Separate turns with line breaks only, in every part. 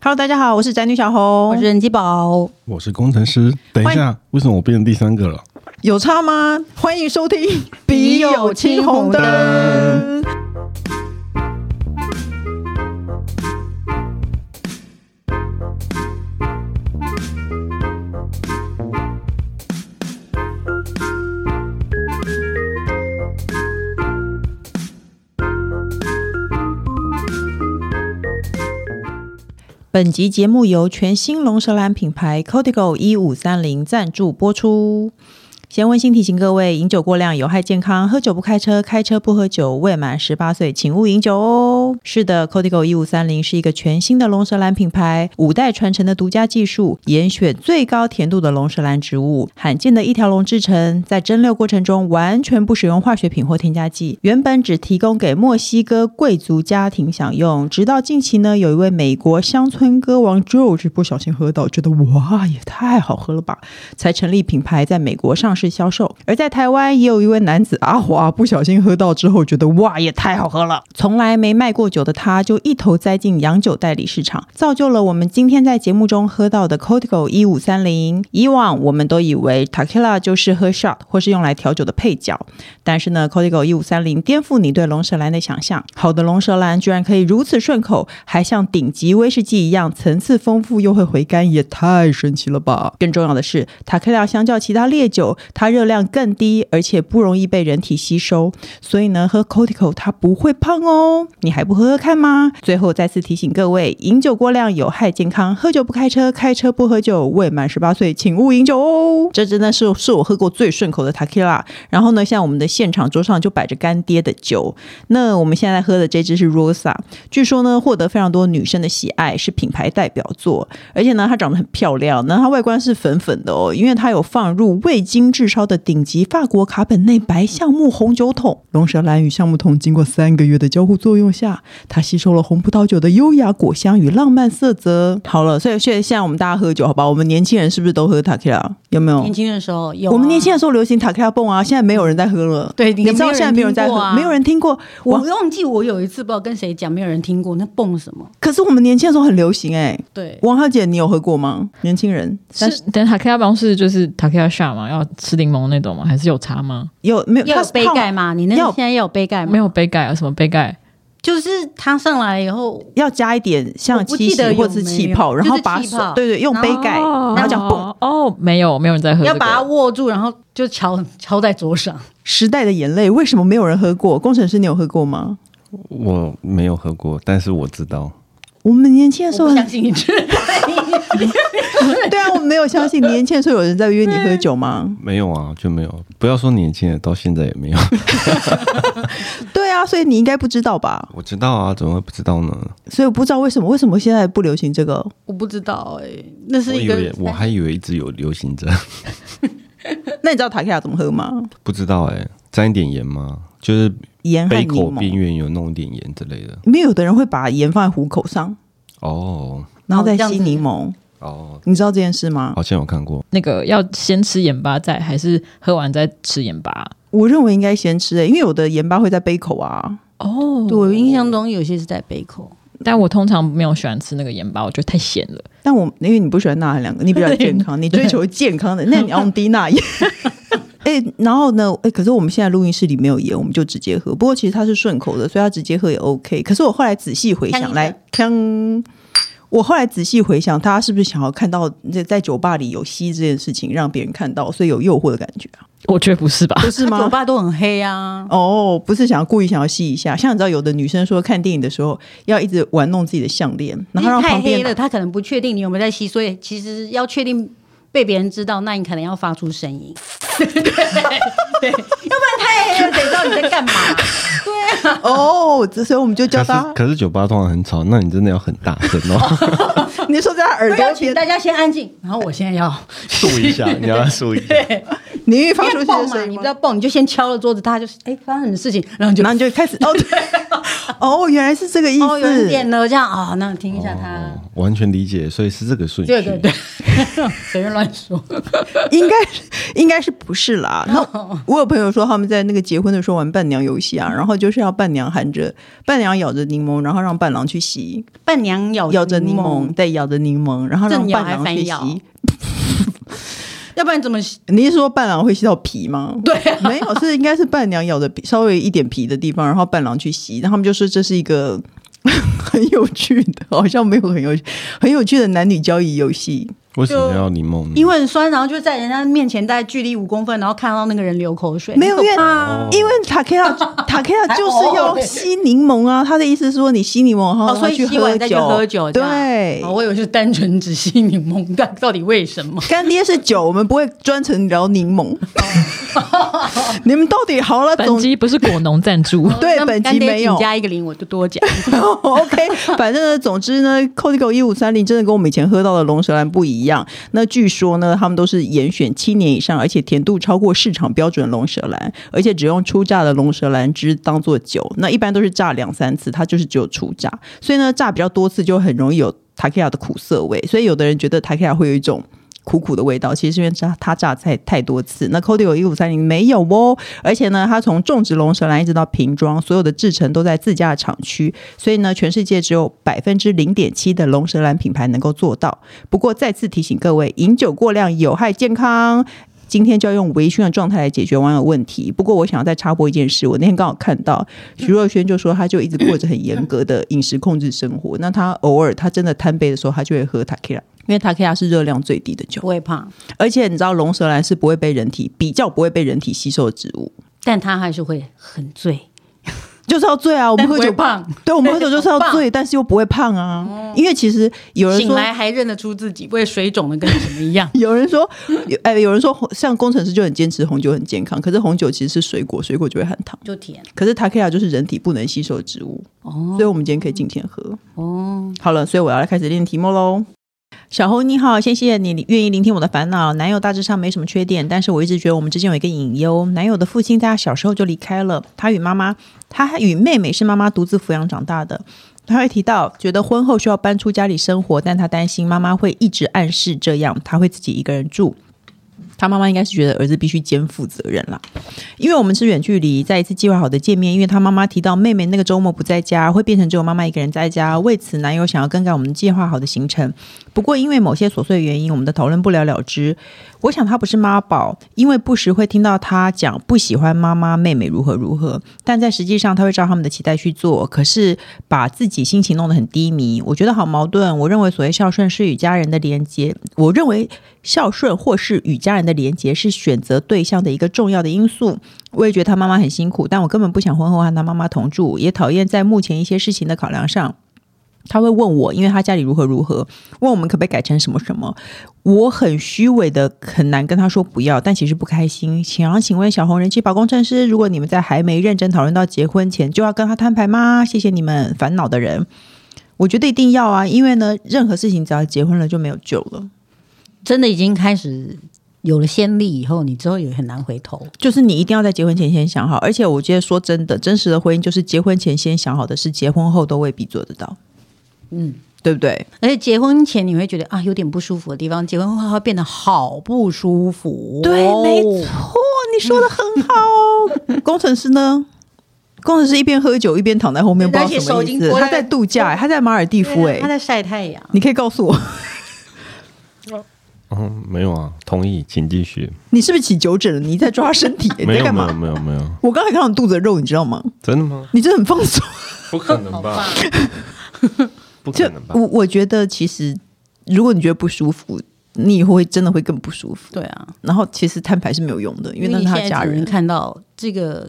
Hello，大家好，我是宅女小红，
我是人机宝，
哦
我是工程师。等一下，为什么我变成第三个了？
有差吗？欢迎收听《
笔友青红灯》。
本集节目由全新龙舌兰品牌 Codigo 一五三零赞助播出。先温馨提醒各位，饮酒过量有害健康，喝酒不开车，开车不喝酒。未满十八岁，请勿饮酒哦。是的，Codigo 一五三零是一个全新的龙舌兰品牌，五代传承的独家技术，严选最高甜度的龙舌兰植物，罕见的一条龙制成，在蒸馏过程中完全不使用化学品或添加剂，原本只提供给墨西哥贵族家庭享用，直到近期呢，有一位美国乡村歌王 George 不小心喝到，觉得哇，也太好喝了吧，才成立品牌在美国上市销售。而在台湾，也有一位男子阿华不小心喝到之后，觉得哇，也太好喝了。从来没卖过酒的他，就一头栽进洋酒代理市场，造就了我们今天在节目中喝到的 Codigo 一五三零。以往我们都以为 Tequila 就是喝 shot 或是用来调酒的配角，但是呢，Codigo 一五三零颠覆你对龙舌兰的想象。好的龙舌兰居然可以如此顺口，还像顶级威士忌一样层次丰富又会回甘，也太神奇了吧！更重要的是，塔克料相较其他烈酒，它热量更低，而且不容易被人体吸收，所以呢，喝 Codigo 它不会胖哦。你还不喝喝看吗？最后再次提醒各位，饮酒过量有害健康，喝酒不开车，开车不喝酒。未满十八岁，请勿饮酒哦。这真的是是我喝过最顺口的塔 q 拉。然后呢，现在我们的现场桌上就摆着干爹的酒。那我们现在喝的这支是 Rosa，据说呢获得非常多女生的喜爱，是品牌代表作。而且呢，它长得很漂亮，那它外观是粉粉的哦，因为它有放入未经制烧的顶级法国卡本内白橡木红酒桶。龙舌兰与橡木桶经过三个月的交互作用下，它吸收了红葡萄酒的优雅果香与浪漫色泽。好了，所以现在现在我们大家喝酒，好吧？我们年轻人是不是都喝塔 q 拉？有没有？
年轻的时候有啊、
我们年轻的时候流行塔克拉蹦啊，现在没有人在喝了。
对
你知道现在没有人在喝，没
没
有
有
人听过。
我
我
忘记我有一次不知道跟谁讲，没有人听过那蹦什么。
可是我们年轻的时候很流行哎、
对，
王浩姐，你有喝过吗？年轻人
但是等塔克亚办公室就是塔克亚下嘛，要吃柠檬那种吗？还是有茶吗？
有没有？
要
它
有
是
杯
泡
盖吗？你那个
要
现在要有杯盖吗？
没有杯盖啊？什么杯盖？
就是他上来以后，
要加一点像
我不
七
记得
喜
有
或是
没有
气泡，然
就是
后把
气
手
泡
对对用杯盖，
哦
然后讲蹦。
哦哦，没有，没有人在喝、这
要
个
把它握住，然后就敲敲在桌上。
时代的眼泪，为什么没有人喝过？工程师，你有喝过吗？
我没有喝过，但是我知道。
我们年轻的时
我
候
不
很，
相信你这，
对啊，我们没有相 信年轻的时候有人在约你喝酒吗？
没有啊，就没有。不要说年轻人，到现在也 没有。
对啊，所以你应该不知道吧？
我知道啊，怎么会不知道呢？
所以我不知道为什么，为什么现在不流行这个？
我不知道哎、那
我
是一
以
个
为我还以为一直有流行着，
那你知道塔克亚怎么喝吗？
不知道哎、沾一点盐吗？就是
盐和
杯
柠
口边
檬。
缘有弄点盐之类的。
没有的人会把盐放在虎口上，
哦
然后再
这样
吸
子
柠檬。
哦，
你知道这件事吗？
好像有看过。
那个要先吃盐巴再，还是喝完再吃盐巴？
我认为应该先吃、欸，因为有的盐巴会在杯口啊。
哦
对我印象中有些是在杯口，
但我通常没有喜欢吃那个盐巴，我觉得太咸了。
但我因为你不喜欢钠含量高，你比较健康，你追求健康的，那你要用低钠盐。哎、然后呢？哎、可是我们现在录音室里没有盐，我们就直接喝。不过其实它是顺口的，所以它直接喝也 OK。可是我后来仔细回
呛
想，
一
来，锵！我后来仔细回想，大家是不是想要看到在在酒吧里有吸这件事情，让别人看到，所以有诱惑的感觉啊？
我觉得不是吧？
不是
它酒
吗？
吧都很黑啊。
哦，不是想要故意想要吸一下，像你知道，有的女生说看电影的时候要一直玩弄自己的项链，然后
因为
让
太
旁边
黑了，他可能不确定你有没有在吸，所以其实要确定被别人知道，那你可能要发出声音。对，对要不然太黑了，谁知道你在干嘛？
哦，这所以我们就教
可是
他，
可是酒吧通常很吵，那你真的要很大声 哦，
你说在他耳
我要
朵
请
边，
大家先安静，然后我现在要，
竖一下，你要竖一下。
你愿意发
因
出
为
这些
蹦嘛，
声
你
音
不
吗
知？道蹦，你就先敲了桌子，大家就是哎、发生什么事情，然后就
然后你就开始哦，对，哦，原来是这个意思。
哦，有人点了，这样啊、哦，那听一下他，
哦完全理解，所以是这个顺序。
对对对，随便乱说。
应该是应该是不是
哦
啦？那我有朋友说他们在那个结婚的时候玩伴娘游 戏啊，然后就是要伴娘含着伴娘咬着柠檬，然后让伴郎去吸，
伴娘咬
咬着柠
檬
檬，，对，咬着柠檬，然后让
正咬
伴
还
郎
反
去
咬
吸。
要不然怎么洗
你是说伴郎会吸到皮吗？
对啊？
没有，是应该是伴娘咬的皮稍微一点皮的地方，然后伴郎去吸，然后他们就说这是一个 很有趣的，好像没有很有很有趣的男女交易游戏。
为什么要柠檬呢？
因为很酸，然后就在人家面前，大概距离五公分，然后看到那个人流口水，
没有
很可怕啊哦
哦
因为塔克亚 塔克亚就是要吸柠檬啊，他的意思是说你吸柠檬，然后
哦，所以
去
吸完再去喝酒，这样
对
哦，。我以为是单纯只吸柠檬，但到底为什么？
干爹是酒，我们不会专程聊柠檬。 你们到底好了，
本
总
机不是果农赞助，
对
那
本集
干爹
没有
请加一个零，我就多 讲。
OK，反正呢，总之呢，Codigo 一五三零真的跟我们以前喝到的龙舌兰不一样。那据说呢，他们都是严选七年以上，而且甜度超过市场标准龙舌兰，而且只用初榨的龙舌兰汁当做酒。那一般都是榨两三次，它就是只有初榨，所以呢，榨比较多次就很容易有塔克亚的苦涩味。所以有的人觉得塔克亚会有一种。苦苦的味道，其实是因为它它榨菜太多次。那 Codigo 一五三零没有哦，而且呢，它从种植龙舌兰一直到瓶装，所有的制成都在自家的厂区，所以呢，全世界只有百分之零点七的龙舌兰品牌能够做到。不过再次提醒各位，饮酒过量有害健康。今天就要用微醺的状态来解决网友问题。不过，我想要再插播一件事，我那天刚好看到徐若瑄就说，她就一直过着很严格的饮食控制生活。那她偶尔她真的贪杯的时候，她就会喝 t a k i r a 因为 t a k i r a 是热量最低的酒，
不会胖，
而且你知道龙舌兰是不会被人体比较不会被人体吸收的植物。
但他还是会很 醉，
就是要醉啊！我们
但
喝
不
酒
会胖，
对我们喝酒就是要醉，但是又不会胖啊。因为其实有人
哦醒
说，。
来还认得出自己，不会水肿的跟什么一样
有人说，有哎，有人说红像工程师就很坚持红酒很健康，可是红酒其实是水果，水果 就会含糖。
就甜
可是塔克亚就是人体不能吸收的植物，
哦
所以我们今天可以今天喝。
哦，
好了，所以我要来开始练题目喽。小红你好，先谢谢你愿意聆听我的烦恼。男友大致上没什么缺点，但是我一直觉得我们之间有一个隐忧。男友的父亲在他小时候就离开了，他与妈妈，他与妹妹是妈妈独自抚养长大的。他会提到觉得婚后需要搬出家里生活，但他担心妈妈会一直暗示这样，他会自己一个人住。他妈妈应该是觉得儿子必须肩负责任啦，因为我们是远距离，在一次计划好的见面，因为他妈妈提到妹妹那个周末不在家，会变成只有妈妈一个人在家。为此，男友想要更改我们计划好的行程，不过因为某些琐碎原因，我们的讨论不了了之。我想他不是妈宝，因为不时会听到他讲不喜欢妈妈、妹妹如何如何，但在实际上他会照他们的期待去做，可是把自己心情弄得很低迷。我觉得好矛盾。我认为所谓孝顺是与家人的连接，我认为孝顺或是与家人的连接是选择对象的一个重要的因素。我也觉得他妈妈很辛苦，但我根本不想婚后和他妈妈同住，也讨厌在目前一些事情的考量上。他会问我，因为他家里如何如何，问我们可不可以改成什么什么。我很虚伪的，很难跟他说不要，但其实不开心。想要请问小红人气保工程师，如果你们在还没认真讨论到结婚前，就要跟他摊牌吗？谢谢你们烦恼的人，我觉得一定要啊，因为呢，任何事情只要结婚了就没有救了。
真的已经开始有了先例以后，你之后也很难回头。
就是你一定要在结婚前先想好，而且我觉得说真的，真实的婚姻就是结婚前先想好的事，结婚后都未必做得到，
嗯，
对不对？
而且结婚前你会觉得啊有点不舒服的地方，结婚后会变得好不舒服。哦
对，没错，你说的很好哦。工程师呢？工程师一边喝酒一边躺在后面，不知道
而且
什么
手
意
已
思。
经拨
他
在
在度假，他在马尔蒂夫，
啊他
哎，
在晒太阳。
你可以告诉我，
嗯，没有啊，同意，请继续。
你是不是起酒疹了？你在抓身体，你
啊没
在
有，
干
没有，
嘛？
没有，没有，
我刚才看到你肚子的肉，你知道吗？
真的吗？
你真的很放松。
不可能吧？不可能吧
我？我觉得其实，如果你觉得不舒服，你以后会真的会更不舒服。
对啊，
然后其实摊牌是没有用的，因为那
你
是
现
他
在
家
只能
人。
看到这个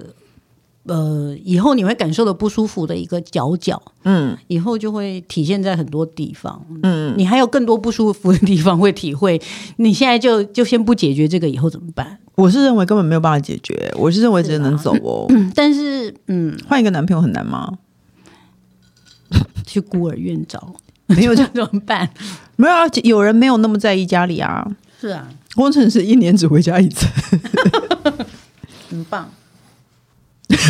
呃，以后你会感受到不舒服的一个角角，
嗯
以后就会体现在很多地方。
嗯，
你还有更多不舒服的地方会体会，你现在就就先不解决这个，以后怎么办？
我是认为根本没有办法解决，我是认为只能走哦。
嗯但是，嗯，
换一个男朋友很难吗？
去孤儿院找，
没有，
这怎么办？
没有啊，有人没有那么在意家里啊。
是啊，
工程师一年只回家一次，
很棒。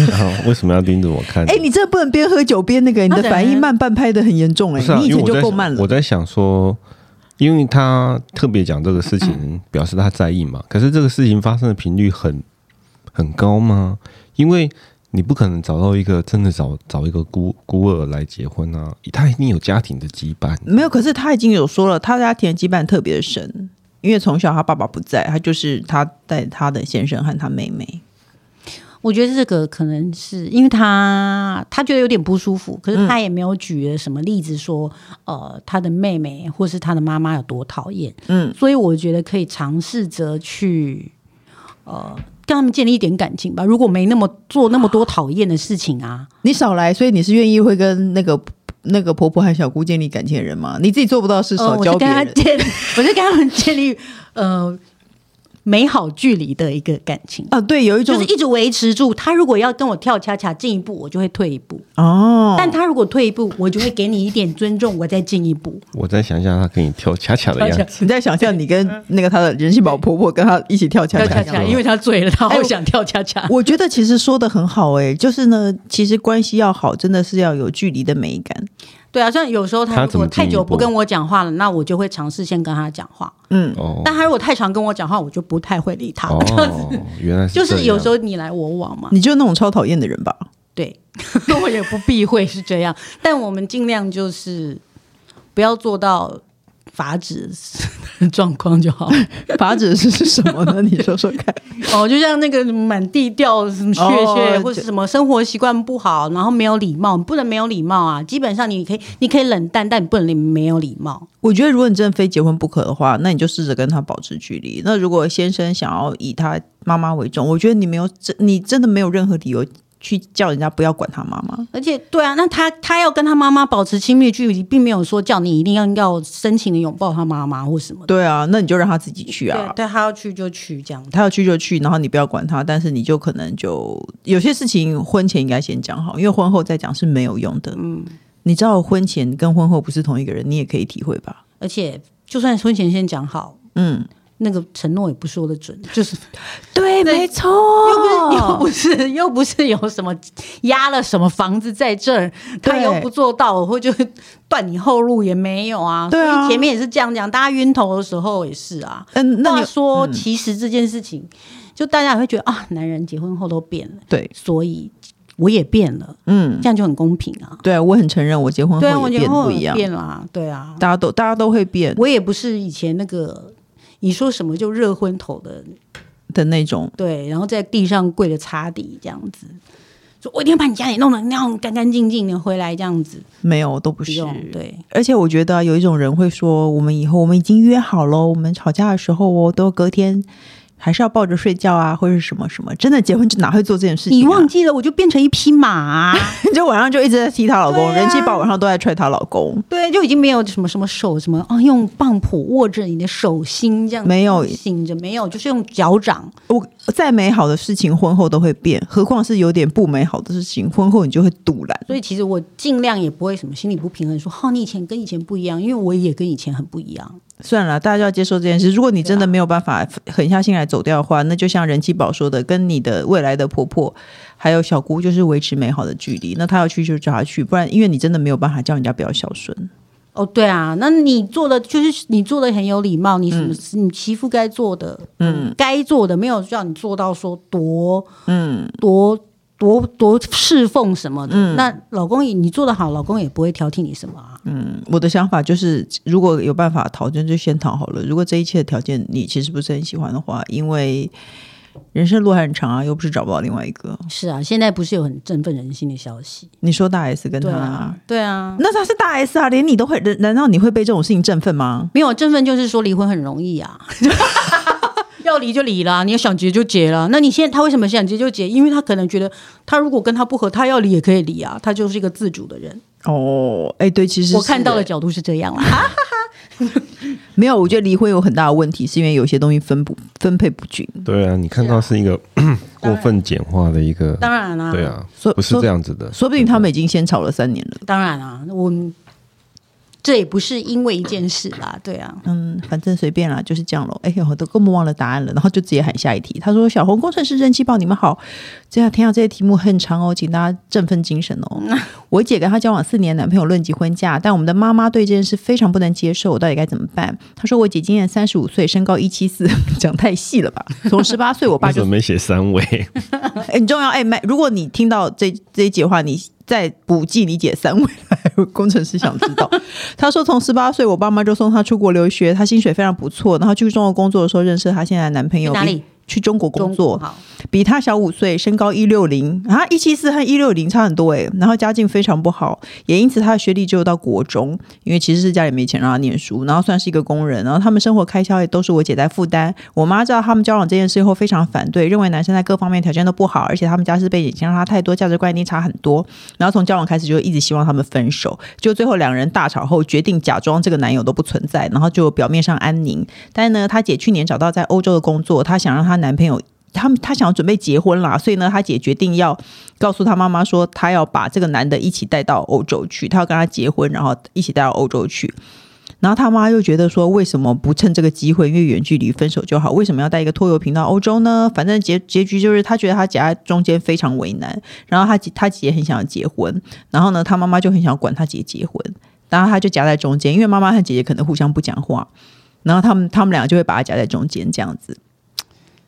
然后为什么要盯着我看？
哎、你这不能边喝酒边那个，你的反应慢半拍的很严重
不
哎、
是啊，
你以
因
前
为我
就
在
够
想
慢了
我。在想说，因为他特别讲这个事情，
嗯
表示他在意嘛。可是这个事情发生的频率很很高吗？因为你不可能找到一个真的找找一个孤孤儿来结婚啊，他一定有家庭的羁绊。
没有，可是他已经有说了，他家庭的羁绊特别深，因为从小他爸爸不在，他就是他带他的先生和他妹妹。
我觉得这个可能是因为他他觉得有点不舒服，可是他也没有举了什么例子说，呃，他的妹妹或是他的妈妈有多讨厌，
嗯，
所以我觉得可以尝试着去，呃，跟他们建立一点感情吧。如果没那么做那么多讨厌的事情啊，
你少来，所以你是愿意会跟那个那个婆婆和小姑建立感情的人吗？你自己做不到的事，
呃，
少
我
教
就
别
跟他
人。
建， 我就跟他们建立呃美好距离的一个感情。
啊，对，有一种
就是一直维持住，他如果要跟我跳恰恰进一步，我就会退一步；
哦，
但他如果退一步，我就会给你一点尊重，我再进一步。
我再想一下他跟你跳恰恰的样子，
你在想象你跟那个他的人气宝婆婆跟他一起跳恰
跳
恰
恰
一样
恰，因为他醉了，他
哎
好
我
想跳 恰恰。
我觉得其实说的很好哎、就是呢，其实关系要好，真的是要有距离的美感。
对啊，像有时候他
他
如
怎
果
么
太
进一
久不
步
跟我讲话了，那我就会尝试先跟他讲话。
嗯，
哦
但他如果太常跟我讲话，我就不太会理他。这样子
哦，原来是
就是有时
候
候你来我往嘛，
你就那种超讨厌的人吧？
对， 我也不避讳是这样，但我们尽量就是不要做到法子 状况就好。
法指是是什么呢？你说说看。
哦，就像那个满地掉什么血血，
哦
或者什么生活习惯不好，然后没有礼貌，你不能没有礼貌啊。基本上你可以，你可以冷淡，但你不能没有礼貌。
我觉得，如果你真的非结婚不可的话，那你就试着跟他保持距离。那如果先生想要以他妈妈为重，我觉得你没有真，你真的没有任何理由去叫人家不要管他妈妈。
而且，对啊，那他他要跟他妈妈保持亲密距离，并没有说叫你一定要要深情的拥抱他妈妈或什么的。
对啊，那你就让他自己去啊
对，。对，他要去就去这样子。
他要去就去，然后你不要管他，但是你就可能就有些事情婚前应该先讲好，因为婚后再讲是没有用的。嗯，你知道婚前跟婚后不是同一个人，你也可以体会吧？
而且，就算婚前先讲好，
嗯，
那个承诺也不说得准，就是
对，
对
错，
又不是
哦
又不是又不是有什么压了什么房子在这儿，他
对
又不做到，我会就断你后路也没有啊。
对啊
所以前面也是这样讲，大家晕头的时候也是啊。
嗯，那
话
你
说，其实这件事情，就大家也会觉得啊，男人结婚后都变了，
对，
所以我也变了，
嗯
这，样就很公平啊。
对，我很承认我结婚
对啊，我
后也
结
变
婚
不
后
一
也
样，
变了啊，对啊，
大家都大家都会变
我也不是以前那个。你说什么就热昏头的
的那种。
对，然后在地上跪着擦地这样子，说我一定要把你家里弄得那样干干净净的回来这样子，
没有，都不
不
是。
用对，
而且我觉得啊有一种人会说，我们以后我们已经约好喽，我们吵架的时候哦，都隔天还是要抱着睡觉啊，或者是什么什么。真的结婚就哪会做这件事情、啊？
你忘记了，我就变成一匹马啊、
就晚上就一直在踢她老公，
对啊
人气宝晚上都在踹她老公。
对，就已经没有什么什么手什么哦，用棒谱握着你的手心这样，
没有
醒着没有，就是用脚掌，
我再美好的事情，婚后都会变，何况是有点不美好的事情，婚后你就会堵然。
所以其实我尽量也不会什么心理不平衡，说哦，你以前跟以前不一样，因为我也跟以前很不一样，
算了，大家就要接受这件
嗯
事。如果你
啊
真的没有办法狠下心来走掉的话，那就像人气宝说的，跟你的未来的婆婆还有小姑就是维持美好的距离。那她要去就叫她去，不然因为你真的没有办法叫人家不要孝顺。
哦，对啊，那你做的就是你做的很有礼貌，你什么、你媳妇该做的，嗯，该做的没有叫你做到说多，嗯，多多多侍奉什么的。那老公也你做的好，老公也不会挑剔你什么啊。
嗯我的想法就是，如果有办法讨论，就先讨好了。如果这一切的条件你其实不是很喜欢的话，因为人生路还很长啊，又不是找不到另外一个。
是啊，现在不是有很振奋人心的消息？
你说大 S 跟
对
他，
啊，对啊，
那他是大 S 啊，连你都会，难难道你会被这种事情振奋吗？
没有振奋就是说离婚很容易啊。 要离就离啦，你要想结就结啦。那你现在他为什么想结就结？因为他可能觉得，他如果跟他不合，他要离也可以离啊，他就是一个自主的人。
哦，哎，对，其实
我
是
看到的啊
哎
角度是这样啦。
没有，我觉得离婚有很大的问题，是因为有些东西分不分配不均。
对啊，你看到是一个过分简化的一个，
当然啦、
对，啊，
说
不是这样子的，
说不定他们已经先吵了三年了。
当然啦、我们这也不是因为一件事啦，对啊，
嗯，反正随便啦，就是这样咯。哎呦，我都根本忘了答案了，然后就直接喊下一题。他说：“小红工程师人气爆，你们好。”这样天啊，这些题目很长哦，请大家振奋精神哦。我姐跟她交往四年，男朋友论及婚嫁，但我们的妈妈对这件事非常不能接受，我到底该怎么办？她说：“我姐今年三十五岁，身高一七四，讲太细了吧？从十八岁，我爸
为
就
什么没写三位？
哎很重要。哎，麦，如果你听到这这一节话，你再补记你姐三位来， 工程师想知道。 他说从十八岁，我爸妈就送他出国留学，他薪水非常不错。然后去中国工作的时候，认识他现在的男朋友。
去哪里
比？去中国工
中
作，
好，
比他小五岁，身高一六零啊，一七四和一六零差很多哎、然后家境非常不好，也因此他的学历只有到国中，因为其实是家里没钱让他念书，然后算是一个工人，然后他们生活开销也都是我姐在负担。我妈知道他们交往这件事后非常反对，认为男生在各方面条件都不好，而且他们家世背景已经让他太多价值观一定差很多。然后从交往开始就一直希望他们分手，就最后两人大吵后决定假装这个男友都不存在，然后就表面上安宁。但是呢，她姐去年找到在欧洲的工作，她想让她男朋友。他们她想要准备结婚啦，所以呢，她姐决定要告诉她妈妈说，她要把这个男的一起带到欧洲去，她要跟他结婚，然后一起带到欧洲去。然后她妈又觉得说，为什么不趁这个机会，因为远距离分手就好，为什么要带一个拖油瓶到欧洲呢？反正结结局就是，她觉得她姐在中间非常为难，然后她姐她姐很想要结婚，然后呢，她妈妈就很想管她姐结婚，然后她就夹在中间，因为妈妈和姐姐可能互相不讲话，然后他们他们俩就会把她夹在中间这样子。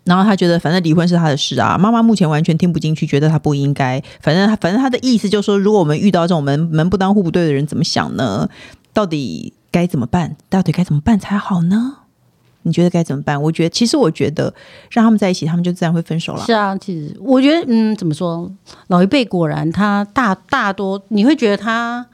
然后她觉得，反正离婚是她的事啊。妈妈目前完全听不进去，觉得她不应该。反正她，反正她的意思就是说，如果我们遇到这种门门不当户不对的人，怎么想呢？到底该怎么办？到底该怎么办才好呢？你觉得该怎么办？我觉得，其实我觉得，让他们在一起，他们就自然会分手了。
是啊，其实我觉得，嗯，怎么说，老一辈果然他大大多你会觉得他。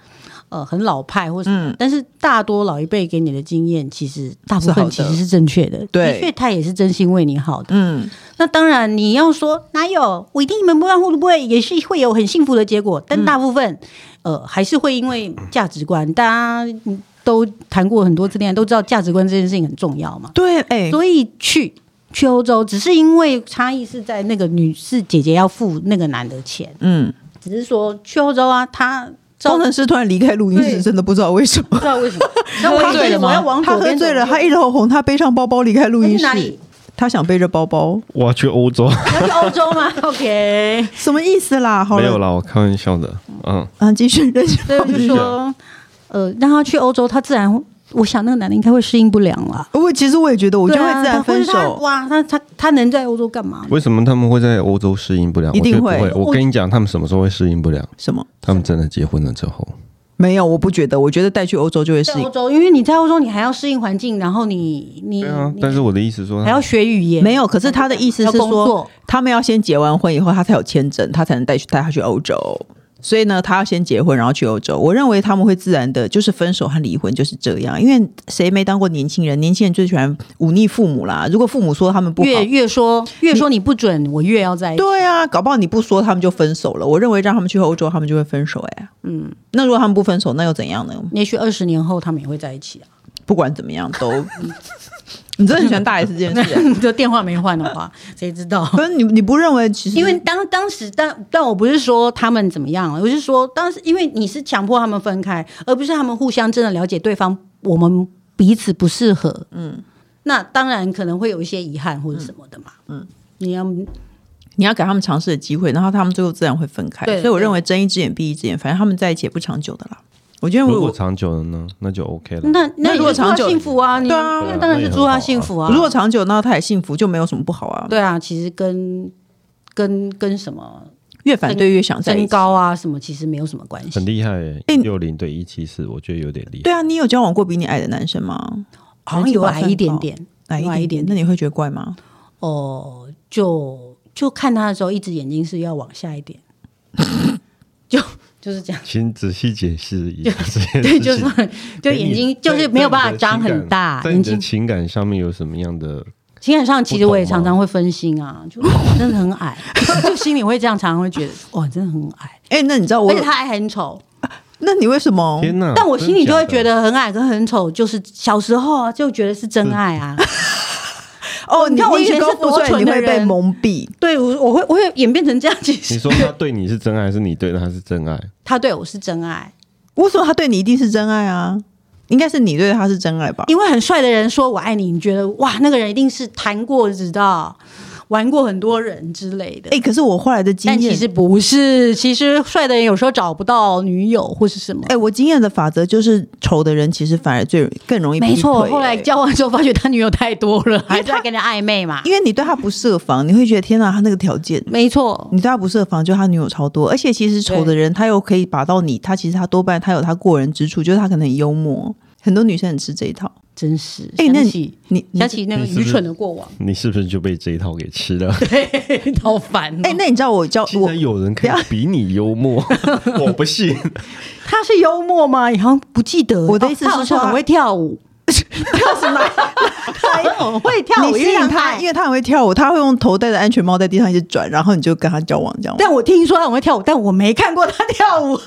呃，很老派或什么，但是大多老一辈给你的经验，其实大部
是好
分
的
其实是正确的，
对
的确他也是真心为你好的。
嗯，
那当然，你要说哪有，我一定门不当户不对，也是会有很幸福的结果。
嗯
但大部分，呃，还是会因为价值观，大家嗯都谈过很多次恋爱，都知道价值观这件事情很重要嘛。
对，哎、
所以去去欧洲，只是因为差异是在那个女士姐姐要付那个男的钱，
嗯，
只是说去欧洲啊，他照
工程师突然离开录音室，
对
真的不知道为什
不
么。
知道为什么，然后
喝
我
醉了吗
我要往
他
左
喝
边走
醉了，他一头红，他背上包包离开录
那
音
是哪里
室。？他想背着包包，
我要去欧洲，
你要去欧 洲吗？OK，
什么意思啦？好
没有
了，
啦，我开玩笑的。嗯，
啊，继续认识。
所以我就说，呃，让他去欧洲，他自然，我想那个男的应该会适应不良啦。
我其实我也觉得，我就
对
会
啊
自然
他或
分
是他
手。
哇，他他他能在欧洲干嘛？
为什么他们会在欧洲适应不良？
一定
我觉得
会
不会。我跟你讲，他们什么时候会适应不良？
什么？
他们真的结婚了之后，
没有，我不觉得。我觉得带去欧洲就会适
在
应
欧。洲，因为你在欧洲，你还要适应环境，然后你你
对啊。
你
但是我的意思说，
还要学语言，
没有，可是他的意思是
要工
说，
作，
他们要先结完婚以后，他才有签证，他才能带去带他去欧洲。所以呢，他要先结婚，然后去欧洲。我认为他们会自然的，就是分手和离婚就是这样。因为谁没当过年轻人？年轻人最喜欢忤逆父母啦。如果父母说他们不好，
越越说越说你不准，我越要在一起。
对啊，搞不好你不说他们就分手了。我认为让他们去欧洲，他们就会分手、哎，嗯，那如果他们不分手，那又怎样呢？
也许二十年后他们也会在一起啊，
不管怎么样都， 你真的很喜欢大 S 这件事、哎
就电话没换的话，谁知道？
可是你你不认为其实
因为当当时，但但我不是说他们怎么样，啊我是说当时，因为你是强迫他们分开，而不是他们互相真的了解对方，我们彼此不适合。嗯，那当然可能会有一些遗憾或者什么的嘛。嗯，你要
你要给他们尝试的机会，然后他们最后自然会分开。
对
所以我认为睁一只眼闭一只眼，反正他们在一起也不长久的啦。我觉得
如
我
果长久了呢，那就 OK 了。
那
那
那
如果
你就祝
长
他
久
幸福啊，你
对啊
那当然是祝他幸福啊。
如果长久，那他也幸福，就没有什么不好啊。
对啊，其实跟跟跟什么
越反对越想在一
身
起。
高啊什么其实没有什么关
很
系。
厉害耶
哎，
六零对一七四，我觉得有点厉害。
对啊，你有交往过比你矮的男生吗？
好像有矮一点点，
矮
有
一点，那你会觉得怪吗？
哦，就就看他的时候，一只眼睛是要往下一 点，就就是这样。
请仔细解释一下这件事情。
对，就是就
给你
眼睛
在
就是没有办法张很大，
在
眼
你的情
睛
感在你的情感上面有什么样的？
情感上其实
不同哦
我也常
吗
常会分心啊，就真的很矮， 就心里会这样，常常会觉得哇，真的很矮，
哎、那你知道我
而且？他还很丑，
那你为什么？
天哪！
但我心里就会觉
得，
得很矮跟很丑，就是小时候啊就觉得是真爱 啊。
哦，
你看我以前是
高富
多
帅，
蠢
你
的
会被
人
蒙蔽。
对我我会我会演变成这样，其
你
实
说他对你是真爱，还是你对他是真爱？
他对我是真爱，
为什么他对你一定是真爱啊？应该是你对他是真爱吧？
因为很帅的人说我爱你，你觉得哇，那个人一定是谈过，知道玩过很多人之类的。
哎、可是我后来的经
但其
验，
实不是，其实帅的人有时候找不到女友或是什么。
哎、我经验的法则就是，丑的人其实反而最更容易
没错，
崩溃
后来
哎
交往之后发觉他女友太多
因
了，
为
还在跟人暧昧嘛。
因为你对他不设防，你会觉得天哪，他那个条件，
没错，
你对他不设防，就他女友超多，而且其实丑的人他又可以把到你，他其实他多半他有他过人之处，就是他可能很幽默，很多女生很吃这一套。
真是。
哎、那
想
你
起
你你
想起那个
你是不
愚
是
蠢的过 往，
你是不是就被这一套给吃了？
对，好烦哦。
哎、那你知道我教
竟
我
然有人可以比你幽默，我不信。
他是幽默吗？好像不记得。
我的意思是
他好像
说
很会跳 舞，
跳什 么？
他很会跳舞，
你吸引他，
他
因。为他很会跳舞，他会用头戴着安全帽在地上一直转，然后你就跟他交往这样。
但我听说他很会跳舞，但我没看过他跳舞，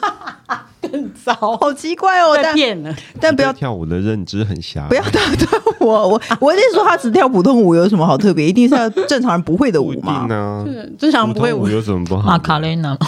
更糟，
好奇怪哦，
被
但
骗了。
但不要
你对跳舞的认知很狭隘，
不要打断我，我我一直说他只跳普通舞有什么好特别？一定是要正常人不会的
不
舞
一定
嘛。
啊。
嗯正常
普
不会
通
舞
舞，有什么不好？
马卡雷娜嘛，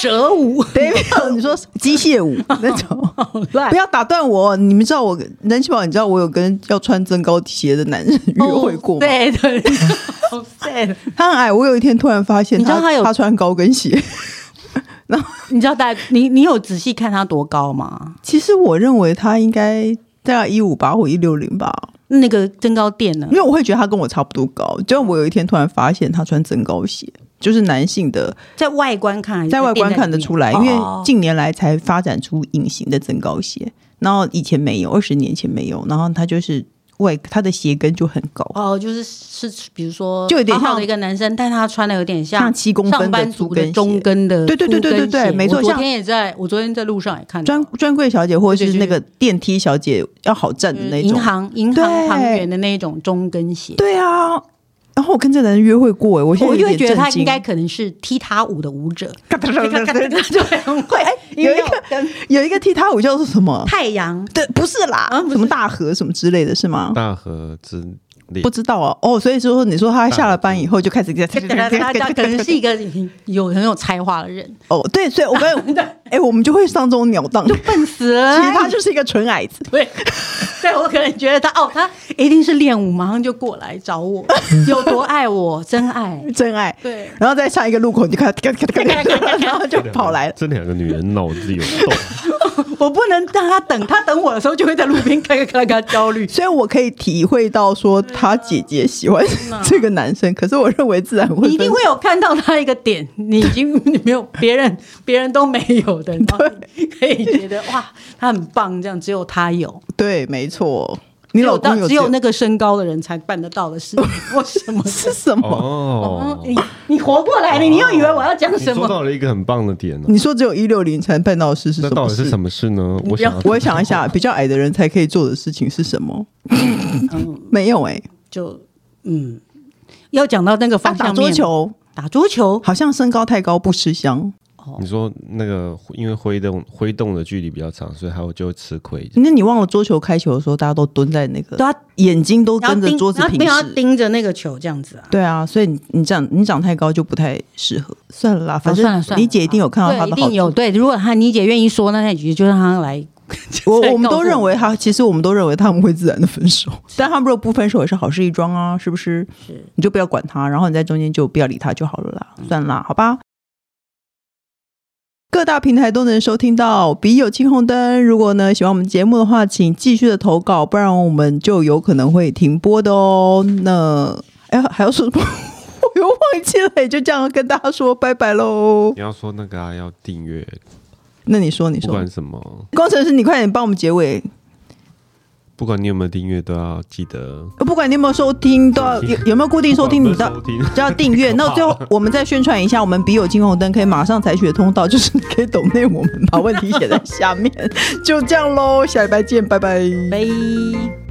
蛇舞
David，你说机械 舞那种，
好烂
不。要打断我。你们知道我人气宝，你知道我有跟要穿增高鞋的男人约会过
哦
吗？
对对， 好 sad。
他很矮，我有一天突然发现，
你知道
他
他有
他穿高跟鞋。
你知道大你你有仔细看他多高吗？
其实我认为他应该大概一五八或一六零吧，
那个增高垫呢
因？为我会觉得他跟我差不多高。结果我有一天突然发现他穿增高鞋，就是男性的，
在外观看还是
在外观
垫
看得
里面
出来，因
哦
为近年来才发展出隐形的增高鞋，然后以前没有，二十年前没有，然后他就是外他的鞋跟就很高。
哦，就是是，比如说，
就有点
好好
像
的一个男生，但他穿的有点像
像七公分的
上班族
粗跟鞋
中跟的
对
粗跟鞋，
对对对对对没错
我昨
像
天也在，我昨天在路上也看到
专专柜小姐或者
对
是
对
那个电梯小姐要好站
就
的
是
那种
银，行银
对
行行员的那种中跟鞋。
对啊。然后我跟这男人约会过、哎，我现在
我就
有
会
点
觉得他
震惊
应该可能是踢踏舞的舞者，
咔嗒
他
咔嗒咔嗒
就很会。
有一个有一个踢踏舞叫做什么？
太阳，
对，不是啦，
啊不是
什么大河什么之类的是吗？
大河之恋
不，知道啊，哦，所以说你说他下了班以后就开始在
他他他可能是一个有很有才华的人，
哦，对，所以我们哎，我们就会上这种鸟荡，其实
笨死了。
他就是一个纯矮子，
对，对我可能觉得他哦，他一定是练舞，马上就过来找我，有多爱我，真爱。
真爱。
对，
然后再上一个路口，你就看他，然后就
这两个
跑来了。
这两个女人脑子有洞，
我不能让他等，他等我的时候就会在路边咔咔咔咔焦虑。
所以我可以体会到说他姐姐喜欢这个男生，可是我认为自然会
你一定
分
会有看到他一个 点，你已经你没有别人别人都没有的，然后你可以觉得哇，他很棒，这样只有他有，
对，没错。你
只
老
有到
公有
只有那个身高的人才办得到的事情，我 什么
是什么？
哦
哦，
你你活过来了，你又以为我要讲
你
什
说
么？
到了一个很棒的点呢。
你说只有一六零才办到的事是
那
什
到
么
底是
事？
什么事呢？
不要
我想要
我想一下，比较矮的人才可以做的事情是什么？没有哎，
就嗯，要讲到那个
啊
方向
打
面
桌，球
打桌球
好像身高太高不吃香。
你说那个，因为挥动挥动的距离比较长，所以还有就会吃亏。
那你忘了桌球开球的时候，大家都蹲在那个，
对啊，
眼睛都
然后
跟着
盯
桌子
然后
平
没有要
视。
盯着那个球这样子啊。
对啊，所以你你长你长太高就不太适合。算了啦，反
哦算了
正
算了
你姐一定有看到她
对，
的好
一定
处。
有对。如果他你姐愿意说，那他也就让他来。
我
在
我们
告
都
诉
认
我
为他，其实我们都认为他们会自然的分 手，但他们如果不分手也是好事一桩啊，是不是？
是嗯
你就不要管他，然后你在中间就不要理他就好了啦，算啦，好吧。各大平台都能收听到《笔友青红灯》。如果呢喜欢我们节目的话，请继续的投稿，不然我们就有可能会停播的哦。那哎，还要说什么？ 我又忘记了，也就这样跟大家说拜拜喽
你。要说那个啊，要订阅，
那你说，你
不
说
管，什么，
工程师，你快点帮我们结尾。
不管你有没有订阅，都要记得
不管你有没有收听，都要有有没有固定收听，你
不
都
管
要
有没有收听
就要订阅。那最后我们再宣传一下，我们笔友金红灯可以马上采取的通道，就是你可以抖内我们，把问题写在下面。就这样喽，下礼拜见，拜拜。
拜。